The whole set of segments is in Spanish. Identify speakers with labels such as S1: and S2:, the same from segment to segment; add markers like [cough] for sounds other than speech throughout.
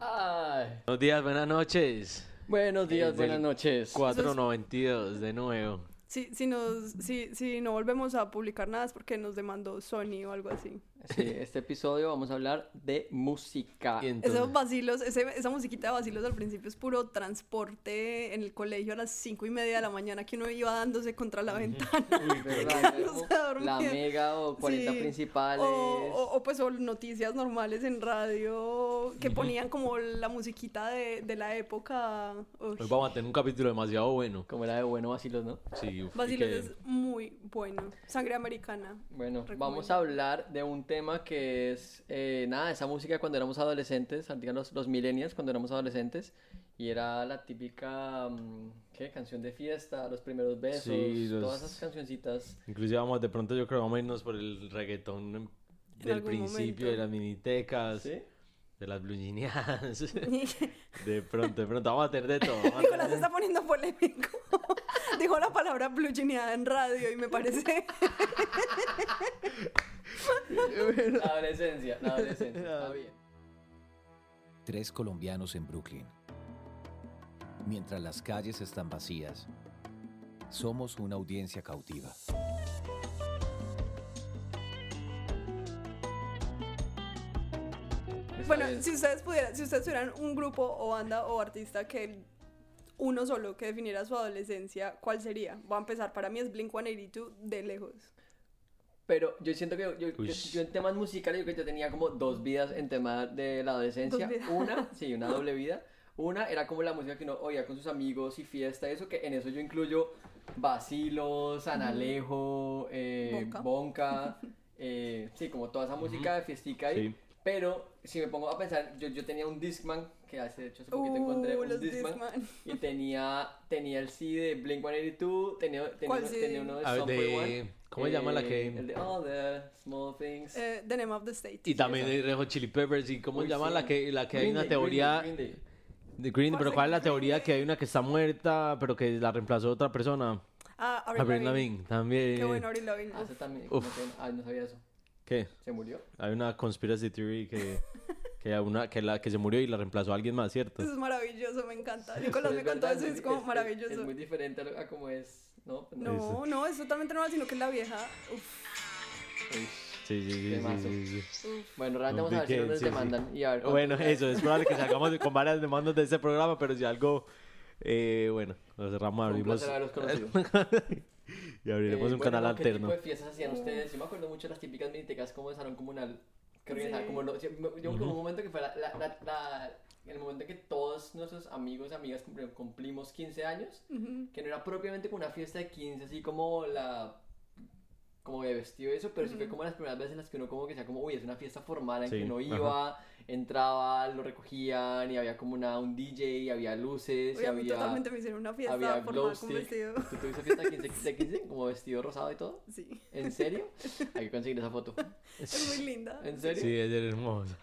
S1: Ay.
S2: Buenos días, buenas noches.
S1: Buenos días,
S2: Desde
S1: buenas
S2: el
S1: noches.
S2: 492 de nuevo.
S3: Si, si, nos, si, si no volvemos a publicar nada es porque nos demandó Sony o algo así.
S1: Sí, este episodio vamos a hablar de música.
S2: Y entonces-
S3: Esos vacilos, ese- esa musiquita de vacilos al principio es puro transporte en el colegio a las cinco y media de la mañana que uno iba dándose contra la ventana.
S2: [laughs]
S1: ¿Verdad?
S3: no se ha
S1: La
S3: dormido.
S1: mega o 40
S3: Sí.
S1: principales.
S3: O, o- o, pues o noticias normales en radio que ponían como la musiquita de, de la época. Uy.
S2: Hoy vamos a tener un capítulo demasiado bueno.
S1: Como era de bueno vacilos, ¿no?
S2: Sí, uf, y
S3: Vacilos
S2: que-
S3: es muy bueno.
S2: [laughs]
S3: Sangre americana.
S1: Bueno,
S3: Recomiendo.
S1: vamos a hablar de un tema que es, eh, nada, esa música cuando éramos adolescentes, digan los, los millennials cuando éramos adolescentes, y era la típica, mm, ¿qué? Canción de fiesta, los primeros besos,
S2: Sí, los-
S1: todas esas cancioncitas.
S2: Inclusive vamos, de pronto yo creo que vamos a irnos por el reggaetón en- del
S3: algún
S2: principio,
S3: momento.
S2: de las minitecas,
S1: ¿Sí?
S2: de las blugineadas. [laughs] de pronto, de pronto, vamos a tener de todo. vamos a
S3: Nicolás se
S2: tener-
S3: está poniendo polémico. [laughs] Dijo la palabra blugineada en radio y me parece.
S1: La adolescencia, la adolescencia,
S3: [laughs]
S1: está bien.
S4: Tres colombianos en Brooklyn. Mientras las calles están vacías, somos una audiencia cautiva.
S1: Está
S3: Bueno,
S1: bien.
S3: si ustedes pudieran, si ustedes tuvieran un grupo o banda o artista que uno solo que definiera su adolescencia, ¿cuál sería? Voy a empezar. Para mí es Blink 182 de lejos.
S1: Pero yo siento que yo, yo-
S2: Uy.
S1: yo en temas musicales yo creo que yo tenía como dos vidas en tema de la adolescencia.
S3: Dos vidas. [laughs]
S1: Una, sí, una doble vida. Una era como la música que uno oía con sus amigos y fiesta, eso que en eso yo incluyo Basilo, San Alejo, eh,
S3: Bonca. [laughs]
S1: Bonca, eh, sí, como toda esa música de fiestica ahí.
S2: Sí.
S1: Pero si me pongo a pensar, yo, yo tenía un Discman, que hace, de hecho hace poquito
S3: Uh,
S1: encontré un
S3: los
S1: Discman, [laughs]
S3: Discman.
S1: y tenía, tenía el CD de Blink-182, tenía, tenía,
S3: ¿Cuál
S1: uno-
S3: CD?
S1: tenía uno de
S2: Ah,
S1: Sum
S2: de-
S1: 41,
S2: ¿cómo se llama la que-
S1: Eh, El de All the Small Things.
S3: Eh, the Name of the State.
S2: Y también de Rejo Chili Peppers y cómo
S1: Uy,
S2: llaman
S1: sí.
S2: la que, la que hay
S1: Green
S2: una
S1: Day,
S2: teoría
S1: Green Day, Green Day.
S2: de Green, pero
S3: ¿Cuál
S2: ¿cuál es
S3: es
S2: la
S3: Green
S2: teoría
S3: Day?
S2: que hay una que está muerta pero que la reemplazó otra persona?
S3: Ah, Avril
S2: Avril
S3: Lavigne.
S2: Lavigne también.
S3: Qué bueno, Avril Lavigne.
S1: Ah,
S3: Uf.
S1: eso también.
S2: Uf.
S1: como que- Ay, no sabía eso.
S2: ¿Qué?
S1: ¿Se murió?
S2: Hay una conspiracy theory que, que, a una, que, la, que se murió y la reemplazó alguien más, ¿cierto?
S3: Eso es maravilloso, me encanta. Nicolás
S1: Pero
S3: me
S1: es
S3: contó
S1: verdad,
S3: eso y es
S1: muy-
S3: como
S1: Es,
S3: maravilloso.
S1: muy diferente a, lo- a como es, ¿no? Pues no.
S3: No, no, es totalmente normal, sino que la vieja. Uf,
S1: Uy.
S2: Sí, sí, sí, sí,
S1: Temazo.
S2: sí, sí.
S3: uf.
S1: Bueno, realmente vamos a ver si no nos
S2: Sí, sí.
S1: demandan y a ver cuánto-
S2: Bueno, eso, es probable que salgamos con varias demandas de este programa, pero si algo, eh, bueno, lo cerramos,
S1: Fue un
S2: abrimos
S1: placer haberlos conocido.
S2: [laughs] y abriremos
S1: Eh, bueno,
S2: un canal
S1: ¿no? ¿Qué
S2: alterno.
S1: tipo de fiestas hacían ustedes? Yo me acuerdo mucho de las típicas minitecas como de salón comunal. Creo que
S3: Sí.
S1: era como... no- sí, me- yo como un momento que fue la, la- la- la- el momento en que todos nuestros amigos y amigas cumpli- cumplimos 15 años, que no era propiamente como una fiesta de 15, así como la... Como de vestido y eso, pero sí fue como las primeras veces en las que uno como que sea como, uy, es una fiesta formal en
S2: Sí,
S1: que uno
S2: ajá.
S1: iba, entraba, lo recogían y había como una, un DJ y había luces
S3: Oye,
S1: y
S3: a mí
S1: había...
S3: totalmente me hicieron una fiesta
S1: Había glow
S3: formal con
S1: stick.
S3: vestido.
S1: ¿Tú tuviste fiesta de 15, de 15? ¿Como vestido rosado y todo?
S3: [laughs] Sí,
S1: ¿En serio? Hay que conseguir esa foto.
S3: es muy linda.
S1: ¿En serio?
S2: Sí, ella es hermosa.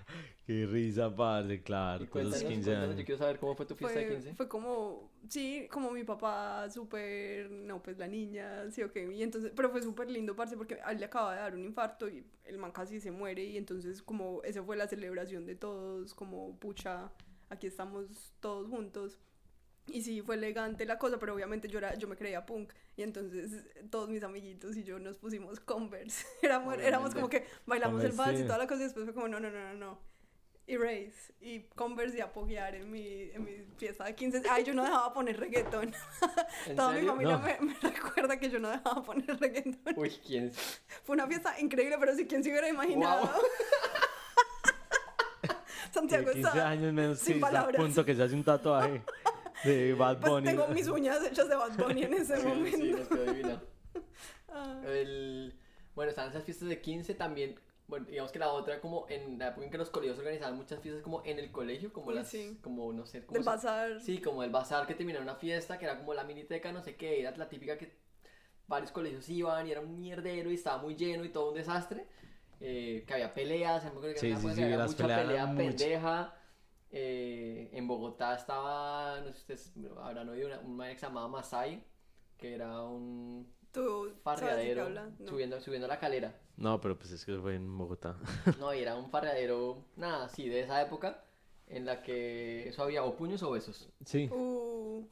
S2: Qué risa, parce, claro,
S1: Y
S2: todos esos
S1: cuéntanos,
S2: 15
S1: cuéntanos, Yo
S2: años.
S1: quiero saber cómo fue tu fiesta de
S3: Fue,
S1: 15.
S3: fue como, sí, como mi papá súper, no, pues la niña, sí, ok, y entonces, pero fue súper lindo, parce, porque a él le acaba de dar un infarto y el man casi se muere, y entonces como, esa fue la celebración de todos, como, pucha, aquí estamos todos juntos, y sí, fue elegante la cosa, pero obviamente yo, era, yo me creía punk, y entonces todos mis amiguitos y yo nos pusimos Converse, [laughs] éramos, éramos como que bailamos el
S2: Converse,
S3: vals
S2: sí.
S3: y toda la cosa, y después fue como, no, no, no, no, no, Erase y Converse y apoyar en mi, en mi fiesta de 15. Ay, yo no dejaba poner reggaetón.
S1: ¿En
S3: [laughs] Toda mi
S1: serio?
S3: familia
S2: No.
S3: me, me recuerda que yo no dejaba poner reggaetón.
S1: Uy, ¿quién es?
S3: Fue una fiesta increíble, pero si quien se hubiera imaginado.
S1: Guau.
S2: De
S3: [laughs] Santiago
S2: 15
S3: está.
S2: años menos
S3: sin
S2: que está a
S3: palabras.
S2: punto que se hace un tatuaje de Bad
S3: Pues
S2: Bunny.
S3: tengo mis uñas hechas de Bad Bunny en ese
S1: Sí,
S3: momento.
S1: sí, Eh, nos quedó divino.
S3: Ah.
S1: El... Bueno, estaban esas fiestas de 15 también. Bueno, digamos que la otra, como en la época en que los colegios organizaban muchas fiestas como en el colegio, como
S3: Uy,
S1: las,
S3: sí.
S1: como no sé, como
S3: Del
S1: se-
S3: bazar.
S1: Sí, como el bazar que terminaba en una fiesta, que era como la miniteca, no sé qué, era la típica que varios colegios iban y era un mierdero y estaba muy lleno y todo un desastre. eh, que había peleas, me acuerdo que
S2: Sí,
S1: había,
S2: sí,
S1: que
S2: sí,
S1: había
S2: las
S1: mucha
S2: peleas
S1: pelea
S2: eran muchas.
S1: pendeja. eh, en Bogotá estaba, no sé si ustedes habrán oído, una- un man que se llamaba Masai, que era un
S3: Tú sabes de qué
S1: farreadero
S3: habla. No.
S1: subiendo, subiendo la calera.
S2: No, pero pues es que fue en Bogotá.
S1: No, y era un farreadero, nada, así de esa época, en la que eso había o puños o besos,
S2: Sí.
S3: Uh,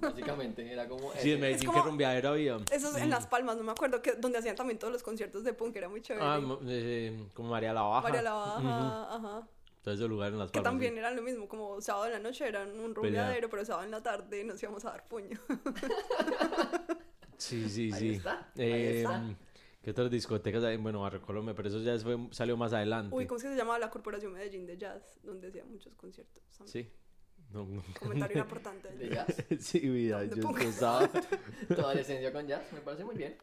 S1: básicamente. Era como.
S2: Sí,
S1: ese.
S2: en Medellín
S3: como-
S2: que rumbeadero había.
S3: eso es en Las Palmas, no me acuerdo, que, donde hacían también todos los conciertos de punk, era muy chévere.
S2: Ah, mo- eh, como María la Baja.
S3: María la Baja, ajá.
S2: Todo ese lugar en Las
S3: Que
S2: Palmas.
S3: también
S2: sí.
S3: era lo mismo, como sábado en la noche eran un rumbeadero, pero sábado en la tarde nos íbamos a dar puño.
S2: Sí, sí,
S1: Ahí
S2: sí.
S1: está, ahí
S2: Eh,
S1: está.
S2: ¿Qué otras discotecas hay? Bueno, Barrio Colombia, pero eso ya fue- salió más adelante.
S3: Uy, ¿cómo es que se llamaba la Corporación Medellín de Jazz? Donde hacía muchos conciertos. también.
S2: Sí. No, no. [laughs]
S3: Comentario importante.
S1: de jazz.
S2: sí, mira,
S3: No, de
S2: yo
S3: poca.
S2: estaba-
S1: Toda la esencia con jazz, me parece muy bien.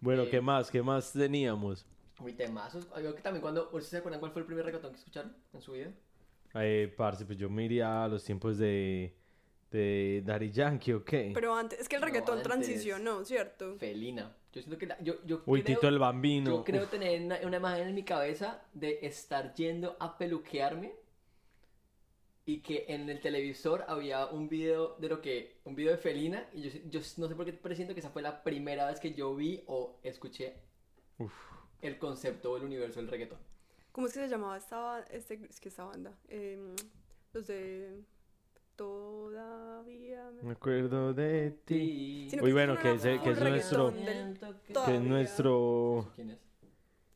S2: Bueno,
S1: Eh,
S2: ¿qué más? ¿Qué más teníamos?
S1: Muy temazos. Yo creo que también cuando. ¿Ustedes se acuerdan cuál fue el primer reggaetón que escucharon en su vida?
S2: Eh, parce, pues yo me iría a los tiempos de, de Daddy Yankee, ¿o qué?
S3: Pero antes, es que el
S1: No,
S3: reggaetón
S1: antes.
S3: transicionó, ¿cierto?
S1: Felina. Yo siento que. la- yo, yo
S2: Uy,
S1: creo,
S2: Tito el Bambino.
S1: Yo creo
S2: Uf,
S1: tener una, una imagen en mi cabeza de estar yendo a peluquearme y que en el televisor había un video de lo que un video de Felina y yo, yo no sé por qué presiento que esa fue la primera vez que yo vi o escuché
S2: Uf.
S1: el concepto o el universo del reggaetón.
S3: ¿Cómo es que se llamaba esta, ba- este, es que esta banda? Eh, los de... Todavía... me-
S2: me acuerdo de ti.
S1: Sí,
S3: Sino
S2: Uy,
S3: que
S2: bueno,
S3: hicieron
S2: que ese-
S3: una-
S2: que es
S3: un
S2: nuestro-
S3: reggaetón del-
S2: Que
S3: Todavía.
S2: es nuestro...
S1: ¿Quién es?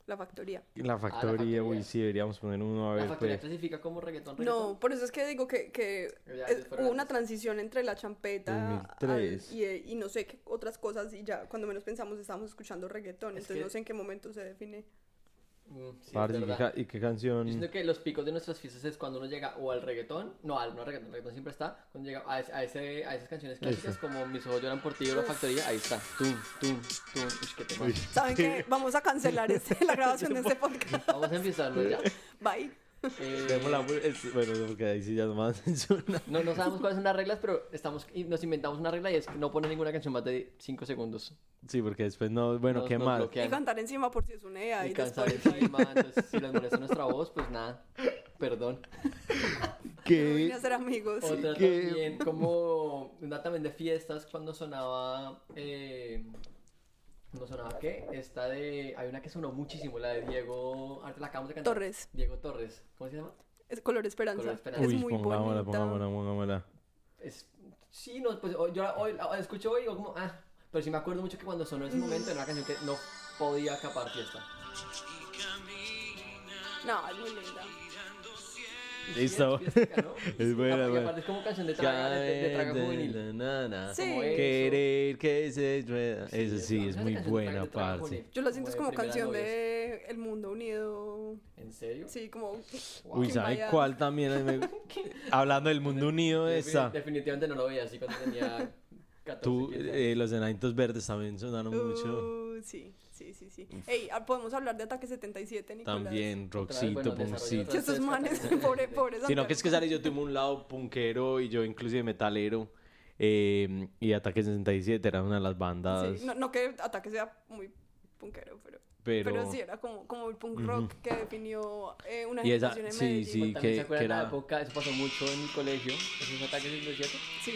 S3: la factoría.
S2: La factoría, uy,
S1: Ah, factoría.
S2: sí, deberíamos poner uno a
S1: La
S2: ver.
S1: factoría
S2: pues.
S1: clasifica como reggaetón, reggaetón.
S3: No, por eso es que digo que, que
S1: Ya,
S3: es-
S1: ya fueron
S3: hubo una
S1: antes.
S3: transición entre la champeta al-
S2: 2003.
S3: y, eh, y no sé qué otras cosas y ya cuando menos pensamos estábamos escuchando reggaetón,
S1: Es
S3: entonces
S1: que-
S3: no sé en qué momento se define.
S1: Mm, sí, es
S2: Parce, ¿y qué
S1: verdad.
S2: ca- ¿y qué canción?
S1: Yo siento que los picos de nuestras fiestas es cuando uno llega o al reggaetón, no, al no al reggaetón, el reggaetón siempre está, cuando llega a, ese- a ese- a esas canciones clásicas como Mis ojos lloran por ti o La Factoría, ahí está, tum, tum, tum, uy, qué tema.
S3: ¿Saben qué? Vamos a
S1: [laughs]
S3: cancelar este- la grabación de este podcast.
S1: Vamos a empezarlo
S2: [laughs]
S1: ya.
S3: Bye.
S1: Eh,
S2: Démosla, pues, es- bueno, porque ahí sí ya nomás [laughs] censura.
S1: no, no sabemos cuáles son las reglas, pero estamos, y nos inventamos una regla y es que no poner ninguna canción más de 5 segundos.
S2: Sí, porque después no, bueno,
S1: Nos-
S2: ¿qué
S1: nos
S2: más?
S1: bloquean.
S3: Y cantar encima por si es una EA
S1: Y
S3: y
S1: cansar
S3: después... [laughs]
S1: encima, entonces si les molesta nuestra voz, pues nada, perdón.
S2: ¿Qué?
S3: a ser amigos.
S1: Otra
S2: que-
S1: también, como una también de fiestas cuando sonaba. Eh, ¿No sonaba qué? Esta de. Hay una que sonó muchísimo, la de Diego. Ahorita la acabamos de cantar.
S3: Torres,
S1: Diego Torres. ¿Cómo se llama?
S3: es color esperanza.
S1: Color Esperanza.
S3: Es
S2: Uy,
S3: muy
S2: pongámosla,
S3: bonita.
S2: pongámosla, pongámosla.
S1: Es, sí, no, pues hoy- yo la, hoy, la escucho hoy y digo como. Ah, pero sí me acuerdo mucho que cuando sonó ese momento era una canción que no podía escapar fiesta.
S3: No, es muy linda.
S1: Y sí,
S2: Listo.
S1: es fiestica, ¿no?
S2: [laughs] Es buena,
S1: Y
S2: buena.
S1: aparte es como canción de traga, de, de- de traga juvenil.
S3: Sí.
S1: Como
S3: eso.
S2: Querer que se llueva.
S1: Sí,
S2: Eso sí,
S1: una
S2: es
S1: canción
S2: muy
S1: de traga-
S2: buena,
S1: de traga
S2: parce.
S1: juvenil,
S3: Yo la siento es
S1: de
S3: como
S1: primeras
S3: canción
S1: novias.
S3: de El Mundo Unido.
S1: ¿En serio?
S3: Sí, como...
S1: Wow.
S2: Uy,
S3: Kim
S2: ¿saben
S3: Bayard.
S2: cuál también? A mí
S3: [laughs]
S2: me- Hablando del mundo unido,
S1: Defini-
S2: esa.
S1: Definitivamente no lo veía así cuando
S2: [laughs]
S1: tenía 14.
S2: Tú,
S1: 15 años.
S2: eh, los enanitos verdes también sonaron mucho.
S3: Uh, sí, sí, sí, sí. Ey, ah, podemos hablar de Ataque 77, Nicolás.
S2: También,
S1: Otra vez,
S2: Roxito,
S1: bueno, desarrollo
S2: Poncito.
S1: otra
S3: Que estos manes, [laughs] pobre, pobre.
S2: Sino que es que Sara y yo tuvimos un lado punkero y yo inclusive metalero. eh, y Ataque 67 era una de las bandas.
S3: Sí, no, no que Ataque sea muy punkero, pero...
S2: pero...
S3: Pero, sí, era como, como el punk rock que definió eh, una
S2: Y esa-
S3: generación en
S2: sí,
S3: Medellín.
S2: sí.
S1: También
S2: que-
S1: se acuerdan
S2: que
S1: de la
S2: era-
S1: época, eso pasó mucho en mi colegio, esos ataques del 17.
S3: Sí,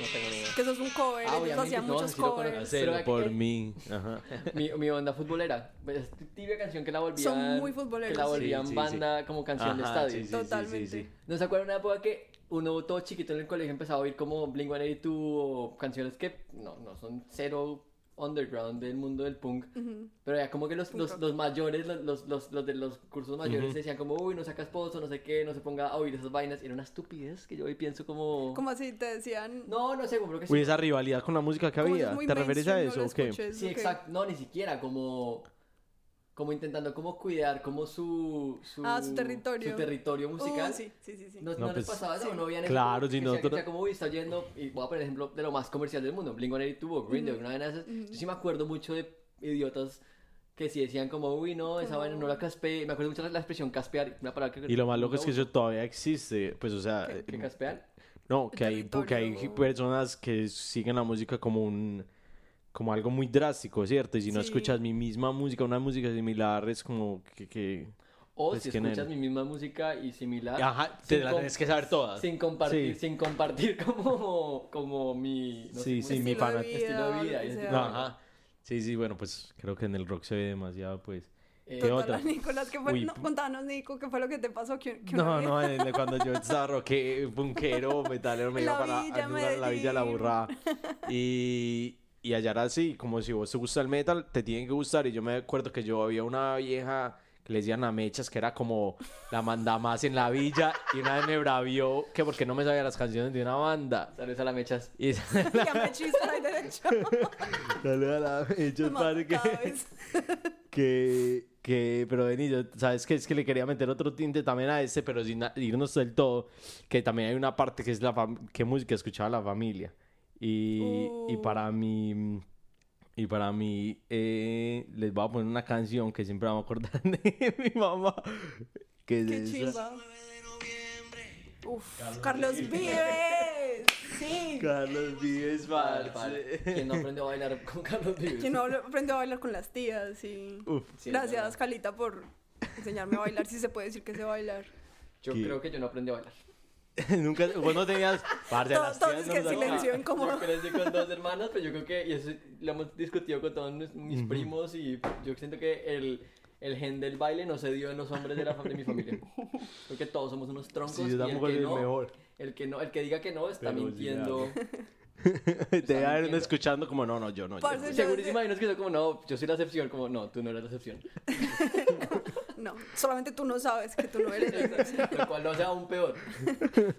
S1: No tengo ni
S2: [laughs]
S1: idea.
S3: que eso es un cover,
S1: Ah,
S3: ellos
S1: obviamente,
S3: hacían
S1: no,
S3: muchos
S1: sí lo
S3: covers.
S1: conocí.
S2: Hacelo
S1: pero
S2: por
S1: aquel- [laughs]
S2: mí. Ajá.
S1: Mi, mi banda futbolera, Pues, es tibia canción que la volvían.
S3: Son muy
S1: Que
S3: futboleros.
S1: la
S3: sí.
S1: volvían
S2: Sí, sí,
S1: banda como canción de
S2: Ajá,
S1: estadio.
S2: sí, sí, sí, sí,
S3: Totalmente.
S2: sí.
S1: ¿No se acuerdan de una época que uno todo chiquito en el colegio empezaba a oír como Blink 182 o canciones que no, no son cero underground del mundo del punk?
S3: Ujú.
S1: Pero ya como que los,
S3: Punk
S1: los,
S3: rock.
S1: los mayores, los, los, los, los de los cursos mayores
S2: Ujú.
S1: decían como, uy, no saca esposo, no sé qué, no se ponga a oír esas vainas. Era una estupidez que yo hoy pienso como...
S3: Como así te decían...
S1: No, no sé, como creo que sí.
S2: Uy, esa rivalidad con la música que
S3: como eso
S2: había.
S3: es muy
S2: ¿Te refieres a
S3: mainstream,
S2: eso?
S3: no lo
S2: o qué?
S3: escuches,
S1: Sí,
S3: ok.
S1: exacto. No, ni siquiera, como... Como intentando como cuidar como su... su
S3: Ah, su territorio.
S1: Su territorio
S3: Uh,
S1: musical.
S3: sí, sí, sí, sí.
S1: ¿No, no
S2: No,
S1: les
S2: pues,
S1: pasaba eso?
S3: sí.
S1: ¿No veían
S2: Claro,
S1: eso?
S2: si
S1: Que
S2: no,
S1: sea- que
S2: tú-
S1: sea como, uy, está yendo... Y voy a poner ejemplo de lo más comercial del mundo. Blink-182 o Green Day, una de esas. Yo sí me acuerdo mucho de idiotas que sí decían como, uy, no, esa vaina no la caspeé. Me acuerdo mucho de la expresión caspear, una palabra que...
S2: Y lo más loco es que
S1: nunca
S2: eso todavía existe. Pues, o sea,
S1: uso. ¿Que
S2: eh,
S1: caspean?
S2: no, que hay,
S3: territorio.
S2: porque hay personas que siguen la música como un como algo muy drástico, ¿cierto? Y si no
S3: Sí.
S2: escuchas mi misma música, una música similar, es como que, que-
S1: O
S2: Pues,
S1: si
S2: ¿quién era?
S1: escuchas mi misma música y similar.
S2: Ajá, te
S1: sin
S2: la
S1: com-
S2: tienes que saber todas.
S1: Sin compartir,
S2: Ah, Sí.
S1: sin compartir [laughs] como, como mi. no sé
S2: Sí,
S1: cómo
S2: sí,
S1: se
S2: mi
S1: llama,
S2: pana.
S1: Estilo de vida.
S3: o lo que
S1: ese
S3: sea.
S1: tipo de
S2: No,
S1: cosas.
S2: ajá. Sí, sí, bueno, pues creo que en el rock se ve demasiado, pues.
S1: Eh,
S2: ¿Qué
S3: Total,
S2: otra?
S3: [laughs] Nicolás, ¿qué fue?
S2: Uy,
S3: No,
S2: pu-
S3: contanos, Nico, ¿qué fue lo que te pasó? ¿Qué- qué
S2: No,
S3: una
S2: no,
S3: vez?
S2: en- de cuando yo estaba roque, [laughs] punquero, metalero, me
S3: La
S2: iba para
S3: villa,
S2: ayudar a la villa de la
S3: Medellín.
S2: burrada. Y, y allá era así, como si vos te gusta el metal, te tiene que gustar. Y yo me acuerdo que yo había una vieja que le decían a Mechas, que era como la mandamás en la villa. Y una vez me bravió que porque no me sabía las canciones de una banda.
S1: Saludos a la mechas.
S2: Y [laughs] esa-
S3: [laughs] Dígame chiste, ahí derecho.
S2: [laughs] Saluda a la
S3: [laughs]
S2: Mechas, parce, que-
S3: Cada vez.
S2: que, que, pero Denis, yo- sabes que es que le quería meter otro tinte también a este, pero sin a- irnos del todo, que también hay una parte que es la fam- que música escuchaba la familia. Y, y
S3: Uh.
S2: para mí, y para mí, eh, les voy a poner una canción que siempre vamos a acordar [laughs] de mi mamá. Que es
S3: Qué
S2: esa.
S3: chimba. Uf, Carlos Vives. Sí.
S2: Carlos Vives, parce.
S1: ¿Quién no aprendió a bailar con
S3: [laughs]
S1: Carlos Vives?
S3: Que no hablo- aprendió a bailar con las tías. Y...
S2: Uf. [laughs]
S1: Sí, es
S3: Gracias,
S1: verdad.
S3: Calita, por enseñarme a bailar. Si se puede decir que sé bailar.
S1: Yo
S2: ¿Qué?
S1: creo que yo no aprendí a bailar.
S2: Nunca, vos no tenías, parce,
S3: Todo-
S2: las
S3: todo
S2: tías
S3: es
S2: no
S3: que
S2: nos
S3: silencio.
S2: sacaban.
S3: incómodo.
S1: Ah, Yo crecí con dos hermanas, pero yo creo que y eso lo hemos discutido con todos mis, mis primos y yo siento que el, el gen del baile no se dio en los hombres de, la, fam- de mi familia. Creo que todos somos unos troncos
S2: Sí,
S1: y
S2: yo
S1: el
S2: tampoco
S1: que,
S2: soy el
S1: no,
S2: mejor. [laughs]
S1: el que no, el que diga que no está
S2: Pero sí,
S1: mintiendo.
S2: Te voy a ver
S1: mintiendo.
S2: escuchando como, no, no, yo no. yo
S3: Parce,
S2: no".
S3: yo
S1: Segurísimo hay unos que son como no, yo soy la excepción, como no, tú no eres la
S3: [laughs]
S1: excepción.
S3: No, solamente tú no sabes que tú no eres. la excepción.
S1: Lo cual no sea aún peor.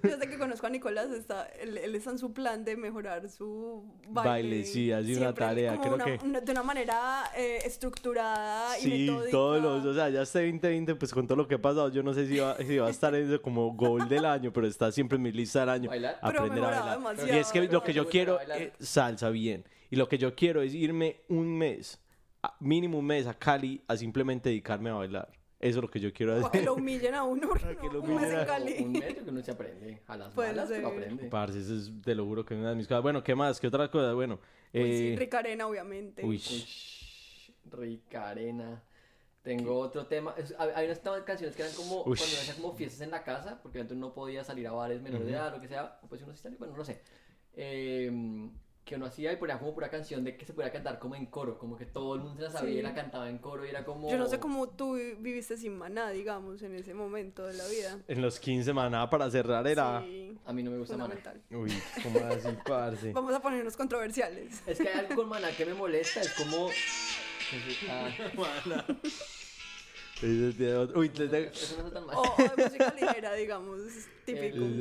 S3: Yo sé que conozco a Nicolás, está, él, él está en su plan de mejorar su baile.
S2: Baile, sí, ha sido una
S3: Siempre
S2: tarea,
S3: como
S2: creo
S3: una-
S2: que-
S3: una- de una manera eh, estructurada Ah, y
S2: Sí,
S3: metódica.
S2: todos los, o sea, ya este 2020, pues con todo lo que ha pasado, yo no sé si va, si va a estar eso como goal del año, pero está siempre en mi lista del año.
S1: Bailar.
S3: Pero
S2: Aprender a
S3: mejoraba
S2: bailar.
S3: demasiado,
S2: Y es que lo
S3: ¿verdad?
S2: que yo
S1: Me gusta
S2: quiero
S1: bailar.
S2: es salsa bien. Y lo que yo quiero es irme un mes, a- mínimo un mes a Cali, a simplemente dedicarme a bailar. Eso es lo que yo quiero
S3: O a que
S2: hacer.
S3: lo humillen a uno, porque
S2: que
S3: no,
S2: lo
S3: un mes
S2: humillen
S3: en
S2: a-
S1: Un
S3: Cali. Pues, eh,
S1: metro que uno se aprende. A las
S3: Puede
S1: malas
S3: ser.
S1: pero aprende.
S2: [laughs] Parce, eso es, te lo juro que es una de mis cosas. Bueno, ¿qué más? ¿Qué otra cosa? Bueno,
S3: Uy, sí,
S2: eh,
S3: Rica Arena, obviamente.
S2: uy,
S1: Ush, rica arena. Tengo otro tema. es- hab- Hay unas tam- canciones que eran como
S2: Ush.
S1: cuando hacían como fiestas en la casa, porque antes no podía salir a bares menores de edad, lo que sea. o Pues uno sí salía, bueno, no sé. Eh, que uno hacía y ponía como pura canción de que se pudiera cantar como en coro, como que todo el mundo se la sabía
S3: Sí.
S1: y la cantaba en coro y era como.
S3: Yo no sé cómo tú viviste sin maná, digamos, en ese momento de la vida.
S2: en los 15 maná para cerrar era...
S3: Sí,
S1: A mí no me gusta Maná.
S3: fundamental.
S2: Uy, ¿cómo así,
S3: [laughs]
S2: parce?
S3: Vamos a ponernos
S1: [laughs]
S3: controversiales.
S1: Es que hay algo con Maná que me molesta, es
S3: [laughs]
S1: como. Ah,
S2: Eso tiene otro- Uy, te- te-
S1: eso no está tan mal.
S3: O, o de música ligera, digamos, es típico.
S1: El-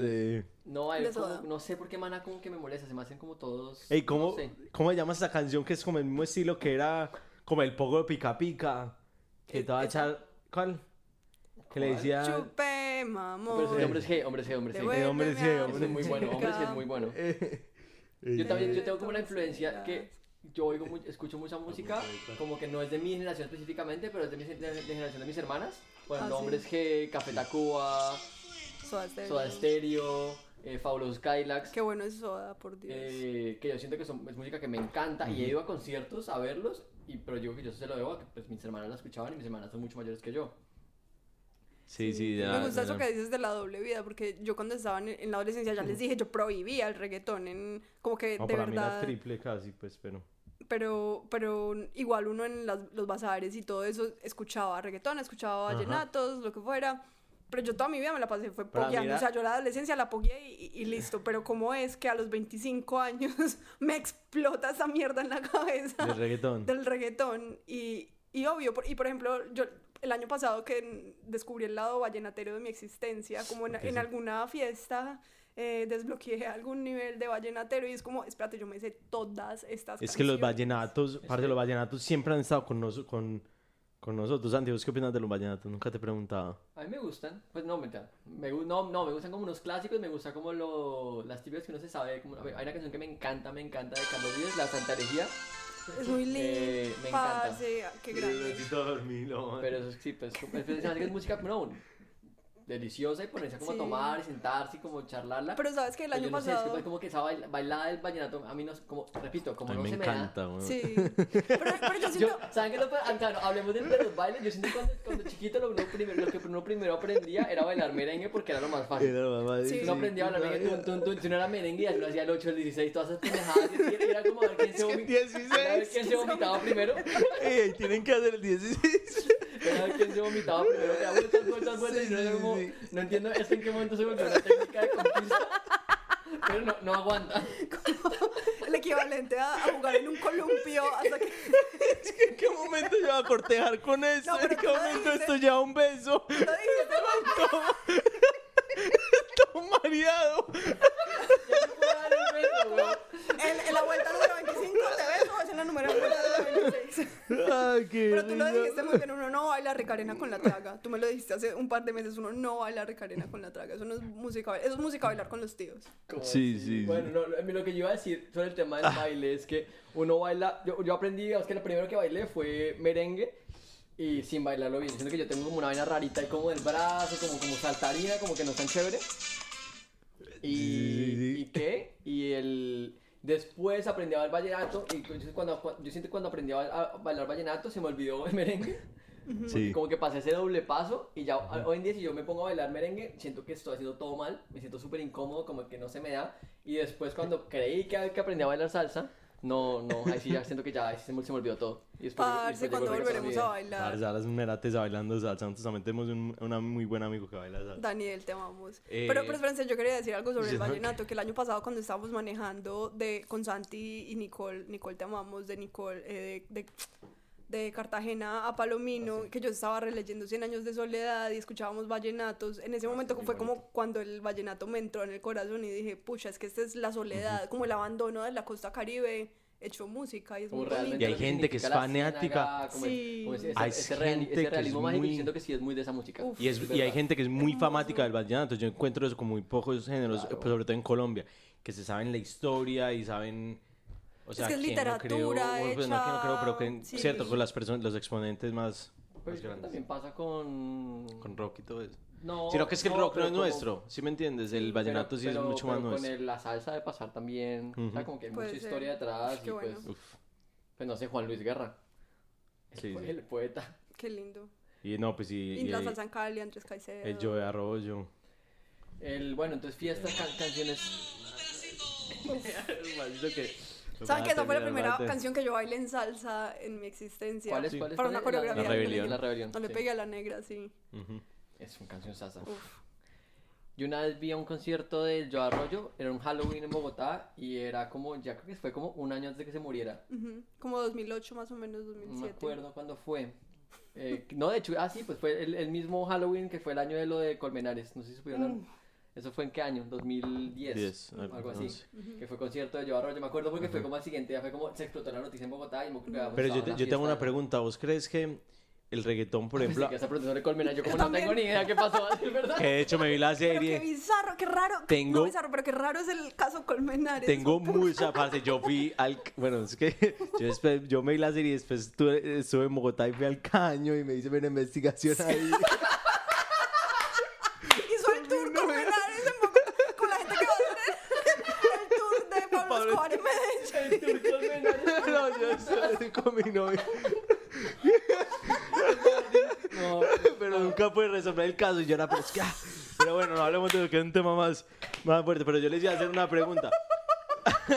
S2: de- de-
S1: No, hay
S3: De
S1: como-
S3: soda.
S1: no sé por qué Maná como que me molesta, se me hacen como todos.
S2: Ey, ¿cómo,
S1: no sé.
S2: ¿cómo se llama esa canción que es como el mismo estilo que era como el pogo de pica pica? Que
S3: Eh,
S2: te va a
S3: esa.
S2: echar. ¿Cuál? Que le
S1: ¿Cuál?
S2: decía.
S3: Chupé,
S1: Pero ese
S3: mamón.
S1: de hombre es G, hombre es G, hombre es G.
S3: Devuélveme
S2: hombre, sí,
S3: a
S1: Ese
S2: hombre,
S1: es muy bueno, hombre sí es muy bueno.
S2: Eh,
S1: Yo también, yo tengo como la
S3: Entonces,
S1: influencia
S3: ya.
S1: que yo oigo, mu- escucho mucha música, como que no es de mi generación específicamente, pero es de mi de- de generación de mis hermanas. Bueno,
S3: Ah, sí.
S1: hombres G, Café Tacuba,
S3: Soda Stereo.
S1: Soda Stereo, eh, Fabulous Kylax.
S3: Qué bueno es Soda, por Dios.
S1: eh, que yo siento que son, es música que me encanta y he ido a conciertos a verlos, y, pero yo que yo se lo debo a que pues, mis hermanas la escuchaban y mis hermanas son mucho mayores que yo.
S2: [laughs] Sí, sí, ya.
S3: Me gusta
S2: ya,
S3: eso que dices de la doble vida, porque yo cuando estaba en, en la adolescencia
S1: Mm.
S3: ya les dije, yo prohibía el reggaetón en, como que
S2: No,
S3: de
S2: para mí era
S3: verdad,
S2: triple casi, pues, pero.
S3: pero, pero igual uno en las- los bazares y todo eso escuchaba reggaetón, escuchaba
S2: Ajá.
S3: vallenatos, lo que fuera, pero yo toda mi vida me la pasé, fue
S2: Para mí
S3: pogueando,
S2: era-
S3: o sea, yo la adolescencia la pogueé y, y listo, pero cómo es que a los 25 años [laughs] me explota esa mierda en la cabeza
S2: De
S3: [laughs]
S2: reggaetón.
S3: del reggaetón y, y obvio, por, y por ejemplo, yo el año pasado que n- descubrí el lado vallenatero de mi existencia, como en,
S2: Ok,
S3: en
S2: sí.
S3: alguna fiesta eh, desbloqueé algún nivel de vallenatero y es como, espérate, yo me sé todas estas
S2: Es que los
S3: canciones.
S2: vallenatos, parte los vallenatos siempre han estado con, nos- con, con nosotros. Santi, ¿vos qué opinas de los vallenatos? Nunca te he preguntado.
S1: A mí me gustan, pues no, mentira. me, gu- no, no, me gustan como unos clásicos, me gusta como lo, las típicas que uno se sabe. Como, a ver, hay una canción que me encanta, me encanta de Carlos Vives, La Santa Herejía,
S3: Es muy lindo,
S1: Eh, me encanta.
S3: parce, qué grande.
S2: dormí, lo-
S1: pero eso sí, pues, como- es, es- es música, no, deliciosa y ponerse como a
S3: Sí.
S1: tomar y sentarse y como charlarla.
S3: Pero sabes que el
S1: Pero
S3: año
S1: yo no sé, es
S3: pasado...
S1: que fue como que esa baila- bailada del vallenato, a mí no, como, repito, como
S2: A mí
S1: no
S2: me
S1: se
S2: encanta, weón.
S3: Sí. Pero, pero yo
S1: me da.
S3: siento...
S1: [laughs] Yo, ¿saben qué es lo peor? Ah, claro, hablemos de, de los bailes. Yo siento que cuando, cuando chiquito lo, lo primero, lo que uno primero aprendía era bailar merengue porque era lo más fácil.
S3: Sí.
S1: Uno aprendía a bailar [laughs] merengue, tun, tun, tun, si uno era merengue, ya lo hacía el 8, el 16, todas esas pendejadas. Y era como a ver quién se vomitaba. Era a ver quién se vomitaba primero.
S2: [laughs] Ey, tienen que hacer el 16.
S1: Era a ver quién se vomitaba primero. Era vueltas, vueltas, vueltas.
S2: Sí,
S1: y uno era
S2: sí,
S1: como,
S2: sí.
S1: no entiendo esto en qué momento se volvió una técnica de conquista. Pero no, no aguanta.
S3: el equivalente a, a jugar en un columpio hasta que...
S2: [laughs]
S3: [laughs]
S2: ¿En qué momento yo voy a cortejar con esto?
S3: No, pero
S2: ¿En qué
S3: tú lo
S2: momento
S3: dices.
S2: esto ya un beso?
S3: Lo dijiste,
S2: Todo mareado.
S1: Ya no puedo dar el beso, weón.
S3: en, en la vuelta número 25 te ves o es en la número vuelta número 26.
S2: Ay, qué
S3: Pero tú lo
S2: risa.
S3: dijiste muy bien, uno no baila Ricarena con la traga. Tú me lo dijiste hace un par de meses, uno no baila Ricarena con la traga. Eso no es música, eso es música bailar con los tíos.
S1: Como
S2: Sí,
S1: así.
S2: sí, Ah.
S1: Bueno, no, a mí lo que yo iba a decir sobre el tema del baile es que uno baila. Yo, yo aprendí, digamos que lo primero que bailé fue merengue y sin bailarlo bien. Siento que yo tengo como una vaina rarita ahí como del brazo, como, como saltarina, como que no es tan chévere. Y,
S2: Sí, sí, sí.
S1: ¿Y qué? Y el. Después aprendí a bailar vallenato y yo cuando, cuando- yo siento que cuando aprendí a ba- a bailar vallenato se me olvidó el merengue.
S2: Sí.
S1: Como que pasé ese doble paso y ya a- hoy en día si yo me pongo a bailar merengue, siento que estoy haciendo todo mal, me siento súper incómodo, como que no se me da. Y después cuando creí que, que aprendí a bailar salsa, no, no, ahí sí ya siento que ya ahí sí se, me, se me olvidó todo. Y después,
S3: Parce,
S1: y después llegó
S3: cuando
S1: el reggaetón
S3: volveremos
S1: mi
S3: a
S1: vida.
S3: bailar?
S2: Parce, ahora es un merates bailando salsa. Entonces también tenemos un una muy buen amigo que baila salsa.
S3: Daniel, te amamos.
S2: Eh,
S3: pero, pero espérense, yo quería decir algo sobre el
S2: yo no-
S3: vallenato, que el año pasado cuando estábamos manejando de, con Santi y Nicole, Nicole te amamos, de Nicole, eh, de, de, de Cartagena a Palomino,
S2: Ah,
S3: que yo estaba releyendo 100 años de soledad y escuchábamos vallenatos, en
S2: Ah,
S3: ese momento fue como cuando el vallenato me entró en el corazón y dije, pucha, es que esta es la soledad, como el abandono de la costa caribe hecho música y es
S1: Como
S3: muy
S1: realmente
S2: Y hay
S1: lo
S3: bonito.
S2: gente que es
S1: significa la
S2: fanática.
S1: ciénaga, como
S3: Sí.
S1: el- como ese-
S2: Hay
S1: ese- ese real-
S2: gente
S1: ese
S2: que es
S1: realismo mágico,
S2: muy-
S1: yo siento que sí es muy de esa música.
S3: Uf.
S2: Y, es,
S1: Es
S2: y hay
S1: verdad.
S2: gente que es muy
S3: Hermoso.
S2: fanática del vallenato. Yo encuentro eso con muy pocos géneros,
S1: Claro.
S2: pues, sobre todo en Colombia, que se saben la historia y saben. O sea,
S3: que es
S2: quién no creó,
S3: literatura
S2: o, pues, no, quién no creo, pero que,
S3: hecha-
S2: cierto,
S3: sí.
S2: con las personas, los exponentes más,
S1: Pero
S2: más
S1: eso
S2: Pues grandes.
S1: también pasa con...
S2: Con rock y todo eso.
S1: No,
S2: Sino que es que el
S1: no,
S2: rock no
S1: pero
S2: es
S1: como-
S2: nuestro, ¿sí me entiendes? El
S3: Sí,
S2: vallenato
S1: Pero-
S2: sí es
S1: pero-
S2: mucho
S1: pero
S2: más nuestro.
S1: Con el- la salsa de pasar también, o sea,
S2: Ujú.
S1: como que hay
S3: Puede
S1: mucha
S3: ser.
S1: historia detrás
S3: Qué
S1: y
S3: bueno.
S1: pues,
S2: Uf,
S1: pues no sé, Juan Luis Guerra,
S2: sí, sí.
S1: el poeta.
S3: Qué lindo.
S2: Y no, pues y,
S3: Y
S2: y
S3: la
S2: el,
S3: salsa en Cali, Andrés Caicedo.
S2: el Joe Arroyo.
S1: El, bueno, entonces fiestas, can-
S2: [laughs]
S1: canciones.
S3: ¿Saben que esa fue la primera
S2: canción
S3: canción que yo bailé en salsa en mi existencia?
S1: ¿Cuáles?
S2: Sí.
S1: ¿Cuáles?
S3: Para una
S1: cuáles?
S3: coreografía.
S2: La rebelión.
S1: La rebelión.
S3: No le
S1: sí.
S3: pegué a la negra, sí.
S2: Ujú.
S1: Es un canción sasa.
S3: Uf.
S1: Yo una vez vi a un concierto de Yo Arroyo, era un Halloween en Bogotá y era como, ya creo que fue como un año antes de que se muriera.
S3: Ujú. Como 2008 más o menos,
S1: No me
S3: 2007.
S1: acuerdo cuándo fue. Eh, no, de hecho, ah, sí, pues fue el, el mismo Halloween que fue el año de lo de Colmenares. No sé si supieron. ¿Eso fue en qué año? 2010.
S2: Diez,
S1: algo
S2: no
S1: así.
S2: sé.
S1: Que fue concierto de Yo Arroyo. Me acuerdo porque fue como al siguiente día, fue como se explotó la noticia en Bogotá y me acuerdo que habíamos
S2: Pero yo,
S1: estado
S2: te-
S1: en la
S2: yo tengo una
S1: fiesta.
S2: pregunta. ¿Vos crees que el reggaetón, por
S1: Pensé
S2: ejemplo,
S1: que esa profesora de Colmenares, yo como
S3: Yo
S1: no
S3: también.
S1: tengo ni idea qué pasó, es verdad.
S2: que de hecho me vi la
S3: [laughs] Pero qué
S2: serie,
S3: bizarro, qué raro.
S2: Tengo-
S3: No bizarro, pero qué raro es el caso Colmenares.
S2: tengo mucha parte. Yo fui al. Bueno, es que [laughs] yo, después- yo me vi la serie y después estuve, estuve en Bogotá y fui al caño y me hice una investigación
S3: [laughs]
S2: ahí. [laughs]
S3: Hizo el tour Colmenares en Bogotá con la gente que va a hacer el, el tour de Pablo
S2: Pablo-
S3: Escobar en
S1: [laughs]
S3: Medellín.
S1: El tour
S2: [laughs]
S1: Colmenares.
S2: no, yo estuve con mi novia,
S1: No,
S2: pero nunca pude resolver el caso y yo era. Pero, es que, ah. Pero bueno, no hablemos de lo que es un tema más, más fuerte. Pero yo les iba a hacer una pregunta. [laughs]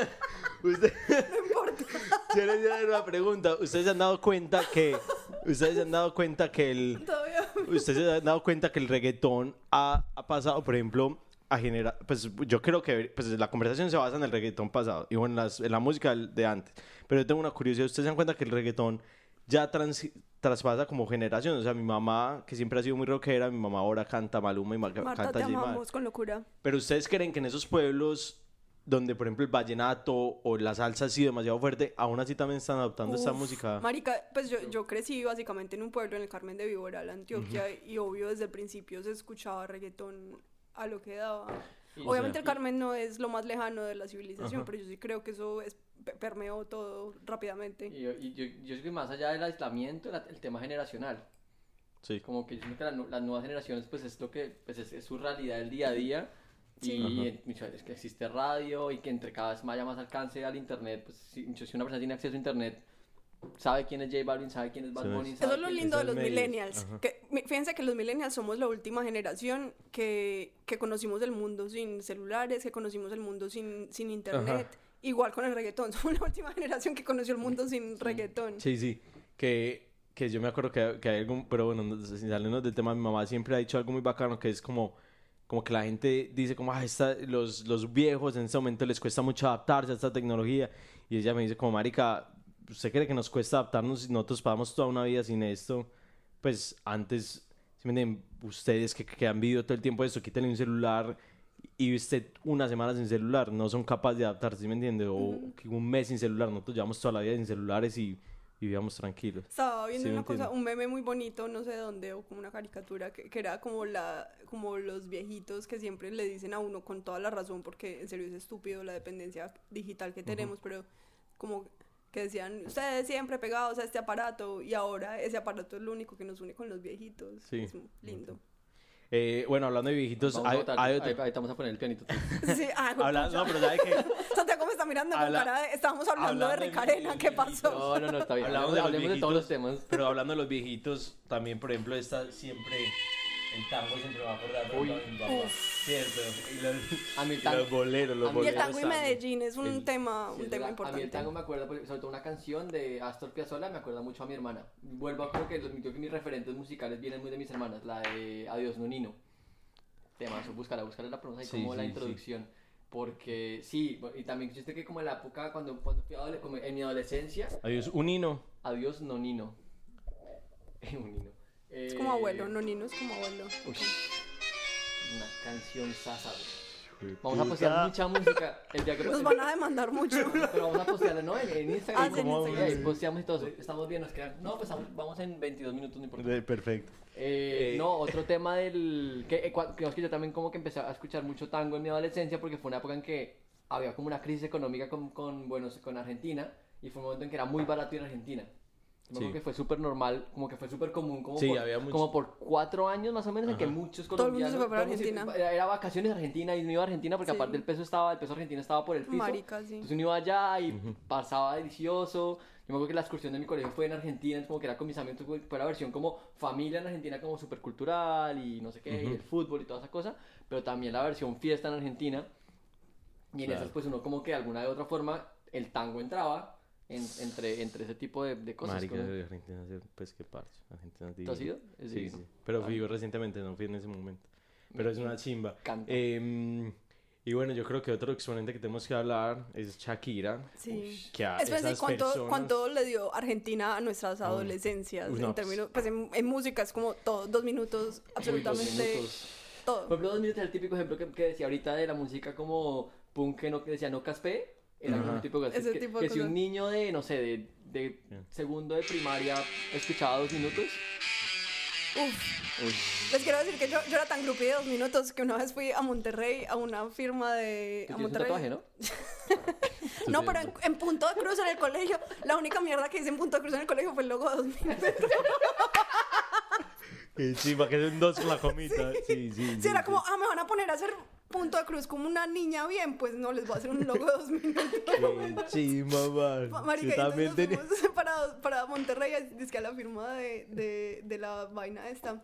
S2: Usted.
S3: No importa.
S2: [laughs] Yo les voy a hacer una pregunta. ¿Ustedes se han dado cuenta que ustedes se han dado cuenta que el
S3: Todavía.
S2: ustedes se han dado cuenta que el reggaetón ha, ha pasado, por ejemplo, a generar pues yo creo que pues la conversación se basa en el reggaetón pasado y bueno, en las- en la música del- de antes. Pero yo tengo una curiosidad, ¿ustedes se dan cuenta que el reggaetón ya trans- traspasa como generación? O sea, mi mamá, que siempre ha sido muy rockera, mi mamá ahora canta Maluma y ma-
S3: Marta,
S2: canta
S3: te
S2: J Balvin.
S3: amamos con locura.
S2: Pero ustedes creen que en esos pueblos donde, por ejemplo, el vallenato o la salsa ha sido demasiado fuerte, aún así también están adoptando esta
S3: Uf,
S2: música.
S3: Marica, pues yo, yo crecí básicamente en un pueblo, en el Carmen de Viboral, Antioquia, y obvio desde el principio se escuchaba reggaetón a lo que daba.
S1: Y-
S3: Obviamente el
S1: y-
S3: Carmen no es lo más lejano de la civilización,
S2: Ajá.
S3: pero yo sí creo que eso es- pe- permeó todo rápidamente.
S1: Y, yo- y yo, yo creo que más allá del aislamiento, la- el tema generacional.
S2: Sí.
S1: Como que yo creo que la nu- las nuevas generaciones, pues es lo que, pues es, es su realidad el día a día.
S3: Sí.
S2: Ajá.
S1: Y en- mucho, es que existe radio y que entre cada vez más, haya más alcance al internet, pues si, mucho, si una persona tiene acceso a internet, sabe quién es J Balvin, sabe quién es Bad
S2: Sí,
S1: Bunny,
S2: sí.
S1: sabe
S3: Eso es lo
S1: quién-
S3: lindo de
S2: esos
S3: los
S2: medios,
S3: millennials.
S2: ajá.
S3: Que, mi- fíjense que los millennials somos la última generación que, que conocimos el mundo sin celulares, que conocimos el mundo sin, sin internet. Igual con el reggaetón, [laughs] somos la última generación que conoció el mundo sin reggaetón.
S2: Sí, sí. Que, que yo me acuerdo que, que hay algún. Pero bueno, no- sin salirnos del tema, mi mamá siempre ha dicho algo muy bacano que es como. Como que la gente dice como, ah, esta- los, los viejos en este momento les cuesta mucho adaptarse a esta tecnología. Y ella me dice como, marica, ¿usted cree que nos cuesta adaptarnos y nosotros pasamos toda una vida sin esto? Pues antes, ¿sí me entienden? ustedes que, que han vivido todo el tiempo esto, quítenle un celular y usted una semana sin celular, no son capaces de adaptarse, ¿sí me entiende? O que un mes sin celular, nosotros llevamos toda la vida sin celulares y vivíamos tranquilos.
S3: Estaba viendo
S2: Sí,
S3: una
S2: entiendo.
S3: cosa, un meme muy bonito, no sé de dónde, o como una caricatura, que, que era como, la, como los viejitos que siempre le dicen a uno con toda la razón, porque en serio es estúpido la dependencia digital que tenemos, pero como que decían, ustedes siempre pegados a este aparato, y ahora ese aparato es lo único que nos une con los viejitos.
S2: Sí,
S3: Es muy lindo.
S2: Eh, bueno, hablando de viejitos,
S1: Vamos a
S2: hay,
S1: botar-
S2: hay
S1: ahí-
S2: otro-
S1: ahí te vamos a poner el pianito.
S3: [laughs] Sí, ah,
S2: [laughs] Habla- no, pero ¿sabe qué?
S3: Santiago me está mirando con
S2: Habla-
S3: cara de, estábamos hablando de
S2: hablando de
S3: Ricarena,
S2: viejitos,
S3: ¿qué
S1: [laughs] No,
S3: pasó?
S1: no, no, está bien.
S2: Hablamos
S1: Hablamos,
S2: de los
S1: hablemos de todos los
S2: viejitos.
S1: temas.
S2: Pero hablando de los viejitos, también, por ejemplo, esta siempre. El tango siempre me va a acordar. por
S1: Uy.
S2: ejemplo, a mi papá. Cierto. Y los,
S1: A mí el
S2: y
S1: tango-
S2: los boleros, los
S1: a mí
S3: Y el
S2: boleros.
S3: tango y
S2: también.
S3: Medellín es un
S2: El-
S3: tema,
S1: Sí,
S3: un
S1: es verdad. A
S3: tema
S1: mí el
S3: importante.
S1: tango me acuerda, por- sobre todo una canción de Astor Piazzolla me acuerda mucho a mi hermana. Vuelvo a creo que, los- creo que mis referentes musicales vienen muy de mis hermanas, la de Adiós Nonino. Tema, eso, búscala, búscala la pronuncia y
S2: Sí,
S1: como la
S2: sí, sí.
S1: introducción. Porque sí, y también existe que como en la época, cuando, cuando fui adole- como en mi adolescencia,
S2: Adiós, un hino.
S1: Adiós Nonino. [laughs] Nonino.
S3: Es como abuelo, no, Nino es como abuelo.
S1: Eh, Una canción sasa. güey. Vamos a postear mucha música el día que
S3: Nos van a demandar mucho.
S2: [laughs]
S3: [laughs]
S1: Pero vamos a postearlo, ¿no? En, en Instagram.
S3: Ah, sí, en ¿Cómo Instagram.
S1: Y ahí posteamos y todo eso. Estamos bien, nos quedan. No, pues vamos- vamos en 22 minutos, no importa.
S2: Eh, Perfecto.
S1: Eh,
S2: Eh.
S1: No, otro tema del. Que, eh, cua- creo que yo también como que empecé a escuchar mucho tango en mi adolescencia porque fue una época en que había como una crisis económica con, con, Buenos- con Argentina y fue un momento en que era muy barato ir a Argentina. Yo
S2: Sí.
S1: creo que fue súper normal, como que fue súper común, como,
S2: Sí,
S1: por,
S2: había mucho-
S1: como por cuatro años más o menos, en que muchos
S3: Todo el
S1: colombianos.
S3: mundo se fue para
S1: todo el mundo se-
S3: Argentina.
S1: Era, era vacaciones a Argentina y no iba a Argentina porque
S3: Sí.
S1: aparte el peso estaba, el peso argentino estaba por el piso.
S3: Marica, sí.
S1: Entonces uno iba allá y pasaba delicioso. Yo me acuerdo que la excursión de mi colegio fue en Argentina, entonces como que era con mis amigos, fue fue la versión como familia en Argentina, como supercultural y no sé qué, y el fútbol y toda esa cosa, pero también la versión fiesta en Argentina. Y en
S2: Claro.
S1: esas, pues uno como que de alguna de otra forma el tango entraba en- entre, entre ese tipo de, de cosas.
S2: Marica,
S1: como-
S2: de Argentina, sí, pues qué parche. Argentina es
S1: ¿Tú has
S2: divino.
S1: ido? Es Ah.
S2: Sí,
S1: divino.
S2: sí. Pero fui yo recientemente, no fui en ese momento. Pero es una chimba.
S1: Canta.
S2: Eh, y bueno, yo creo que otro exponente que tenemos que hablar es Shakira.
S3: Sí.
S2: Que a
S3: Espérense,
S2: esas
S3: ¿cuánto,
S2: personas-
S3: cuánto le dio Argentina a nuestras
S2: bueno.
S3: adolescencias?
S2: Uy,
S3: en
S2: no, pues-
S3: términos, pues en, en música es como todo, dos minutos, absolutamente
S1: minutos. Por
S3: todo.
S1: ejemplo, 2000 es el típico ejemplo que, que decía ahorita de la música como punk que, no, que decía no caspé. Era como
S2: Ajá.
S1: un tipo de cosas.
S3: Ese
S1: que,
S3: tipo de
S1: que si
S3: cosas.
S1: un niño de, no sé, de, de
S2: Ya.
S1: segundo de primaria escuchaba dos minutos.
S3: Uf,
S1: Uy.
S3: les quiero decir que yo, yo era tan grupi de dos minutos que una vez fui a Monterrey a una firma de...
S1: Tú
S3: A
S1: pues tienes un tatuaje,
S3: Monterrey.
S1: ¿no?
S3: No, pero en, en punto de cruz en el colegio, la única mierda que hice en punto de cruz en el colegio fue el logo de 2000.
S2: Qué chimba, Eh, que es un dos con la
S3: [laughs]
S2: comita. Sí, sí. sí,
S3: Si era
S2: sí.
S3: como, ah, me van a poner a hacer punto de cruz como una niña bien, pues no, les voy a hacer un logo de 2000
S2: Qué chimba, man.
S3: Ma-
S2: Yo
S3: Marica,
S2: también
S3: entonces
S2: tenía- [laughs]
S3: nos fuimos [laughs] para, para Monterrey, es- dizque a la firma de, de, de la vaina esta.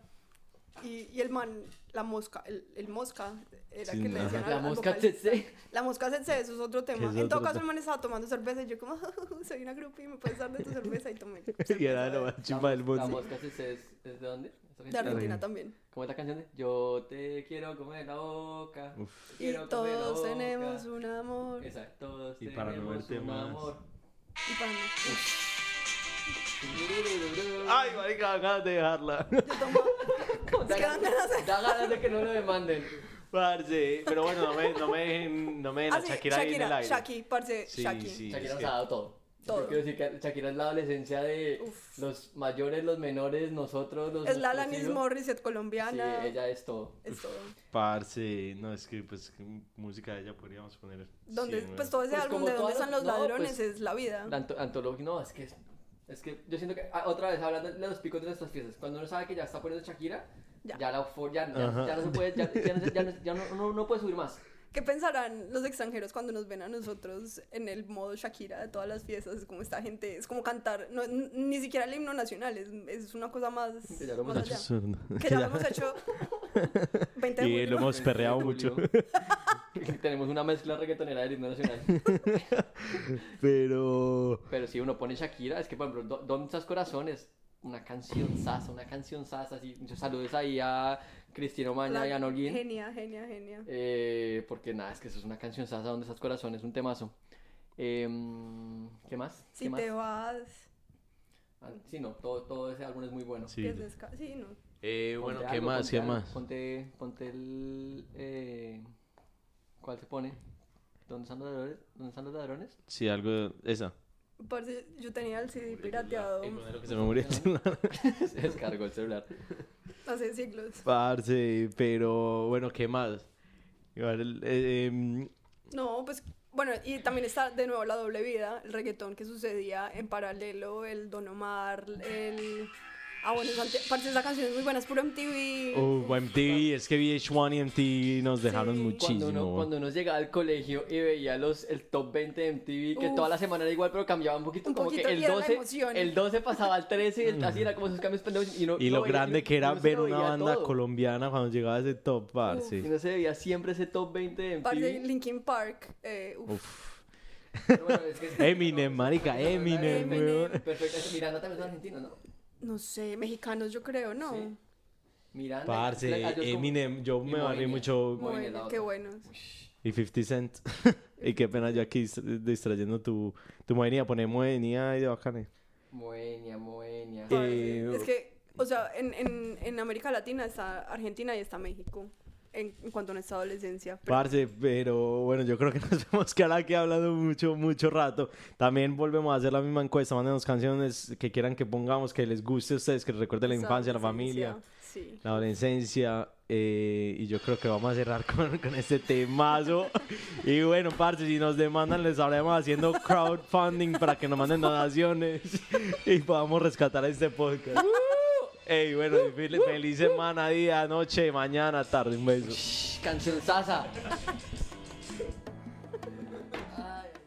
S3: Y, y el man, la mosca, el, el mosca, era
S2: Sí,
S3: que le
S2: no.
S3: decían al-
S1: La
S3: al
S1: mosca
S3: ah, vocalista.
S1: tsetse.
S3: La mosca tsetse, eso es otro tema.
S2: es
S3: en todo
S2: otro
S3: caso, el
S2: tema.
S3: man estaba tomando cerveza y yo como, [laughs] soy una groupie, me puedes dar de tu cerveza y tomé.
S2: [laughs] Y era lo más chimba del
S1: La
S2: mundo.
S1: mosca tsetse es, es de dónde? ¿Es
S3: De Argentina también.
S1: ¿Cómo es la canción de? Yo te quiero comer la boca.
S2: Uf.
S3: Y
S1: Quiero comer la
S3: todos
S1: boca.
S3: tenemos un amor.
S1: Exacto, todos
S2: Y para no
S1: tenemos
S2: verte
S1: un
S2: más.
S1: amor.
S3: Y para mí,
S2: Ay, marica, ganas de dejarla. [laughs]
S3: yo tomo.
S1: Da
S3: que dan ganas de-
S1: da ganas de que no lo demanden.
S2: Parce, pero bueno, no me, no me dejen, no me dejen
S3: Ah,
S2: a
S3: sí,
S2: Shakira, ahí en el
S3: Shakira,
S2: aire.
S3: Shaki, parce,
S2: Sí,
S3: Shaki.
S2: sí.
S1: Shakira
S2: es
S1: nos
S2: que-
S1: ha dado todo.
S3: Todo.
S1: Yo Quiero decir que Shakira es la adolescencia de
S3: Uf.
S1: los mayores, los menores, nosotros, los.
S3: Es
S1: nuestros
S3: la Alanis
S1: hijos.
S3: Morissette colombiana.
S1: Sí, ella es todo.
S3: Es todo.
S2: Parce, no, es que pues que música de ella podríamos poner.
S3: donde
S2: cien, weón.
S3: pues todo ese
S1: Pues
S3: álbum
S1: como
S3: de donde
S1: todas
S3: están
S1: las-
S3: los
S1: no,
S3: ladrones
S1: pues,
S3: es la vida
S1: La anto- antología, no, es que es Es que yo siento que, ah, otra vez, hablando de los picos de nuestras fiestas, cuando uno sabe que ya está poniendo Shakira,
S3: Ya.
S1: ya, la euforia, ya,
S2: Ajá.
S1: ya no se puede, ya, ya no, se- ya no- ya no- no- no puede subir más.
S3: ¿Qué pensarán los extranjeros cuando nos ven a nosotros en el modo Shakira de todas las fiestas? Es como esta gente, es como cantar, no, n- ni siquiera el himno nacional, es, es una cosa más.
S1: Que ya lo hemos
S3: más
S1: hecho.
S3: allá.
S1: [laughs]
S3: Que ya lo hemos hecho 20 de
S5: Y lo
S3: julio.
S5: hemos perreado mucho.
S1: Julio. [laughs] Tenemos una mezcla reggaetonera del himno nacional.
S2: Pero.
S1: Pero si uno pone Shakira, es que, por ejemplo, Do- ¿dónde estás corazones? Una canción sasa, una canción sasa. Así, muchos saludos ahí a Cristiano Maña
S3: La-
S1: y a Nolguín.
S3: Genia, genia, genia.
S1: Eh, porque nada, es que eso es una canción sasa donde estás corazones, un temazo. Em, ¿Qué más? ¿Qué
S3: Si
S1: más?
S3: te vas,
S1: Ah, sí, no, todo, todo ese álbum es muy bueno.
S5: Sí.
S3: pierdes ca- Sí, no.
S2: Eh, bueno,
S1: Ponte
S2: ¿qué
S1: algo,
S2: más?
S1: ponte
S2: ¿Qué
S1: algo,
S2: más?
S1: Ponte, ponte el... eh, ¿Cuál se pone? ¿Dónde están los ladrones? ¿Dónde están los ladrones? [laughs]
S5: Sí, algo de esa.
S3: Parce, yo tenía el CD pirateado
S2: Se me murió el celular.
S1: Se descargó el celular.
S3: hace siglos.
S2: [laughs] Parce, pero bueno, ¿qué más? Igual el- eh, em,
S3: No, pues bueno, y también está de nuevo la doble vida, el reggaetón que sucedía en paralelo, el Don Omar, el... Ah, bueno, esa, parte de esa canción es muy buena, es puro MTV.
S2: oh, MTV, es que VH1 y MTV nos dejaron
S3: Sí.
S2: muchísimo.
S1: Cuando uno, cuando uno llegaba al colegio y veía los, el top 20 de MTV, que
S3: Uf.
S1: toda la semana era igual, pero cambiaba un poquito.
S3: Un
S1: como
S3: poquito,
S1: que
S3: y
S1: el
S3: era la
S1: 12,
S3: emoción.
S1: el 12 pasaba al 13 y el- así era como esos cambios pendejos. Y, uno-
S2: Y
S1: uno
S2: lo
S1: veía-
S2: grande
S1: uno-
S2: que era
S1: uno se
S2: ver
S1: lo
S2: una
S1: veía
S2: banda
S1: todo.
S2: colombiana cuando llegaba ese top,
S1: Y
S2: parce.
S1: no se veía siempre ese top 20 de
S3: Parte de
S1: MTV.
S3: Linkin Park, eh, uf,
S1: Pero bueno, es que es-
S2: Eminem,
S1: no,
S2: marica,
S1: es-
S2: Eminem,
S3: Eminem.
S2: weón.
S1: Perfecto, es- Miranda también es argentino, ¿no?
S3: no sé, mexicanos yo creo, ¿no?
S1: Sí. Miranda.
S2: Parce,
S1: Ah, yo como-
S2: Eminem, yo
S1: y
S2: me barrí
S1: Moenia.
S2: mucho.
S1: Bueno,
S3: Bueno,
S1: y la
S3: qué
S1: otra.
S3: buenos.
S2: Y 50 Cent. [laughs] y qué pena yo aquí dist- distrayendo tu, tu movenía. Ponemos movenía y de bacane.
S1: Moenia, Moenia.
S3: Parce,
S2: Eh,
S3: es que, o sea, en, en, en América Latina está Argentina y está México, en, en cuanto a nuestra adolescencia. pero-
S2: Parce, pero bueno, yo creo que [laughs] nos hemos quedado aquí hablando mucho, mucho rato. También volvemos a hacer la misma encuesta. Mándenos canciones que quieran que pongamos, que les guste a ustedes, que les recuerde la
S3: nuestra
S2: infancia, la familia,
S3: adolescencia, Sí.
S2: la adolescencia. eh, y yo creo que vamos a cerrar [laughs] con, con este temazo. y bueno, parce, si nos demandan, les estaremos haciendo crowdfunding para que nos manden donaciones [laughs] y podamos rescatar este podcast.
S1: Uh,
S2: Ey, bueno, fel- feliz semana, día, noche, mañana, tarde. Un beso.
S1: Canción Sasa. Ay.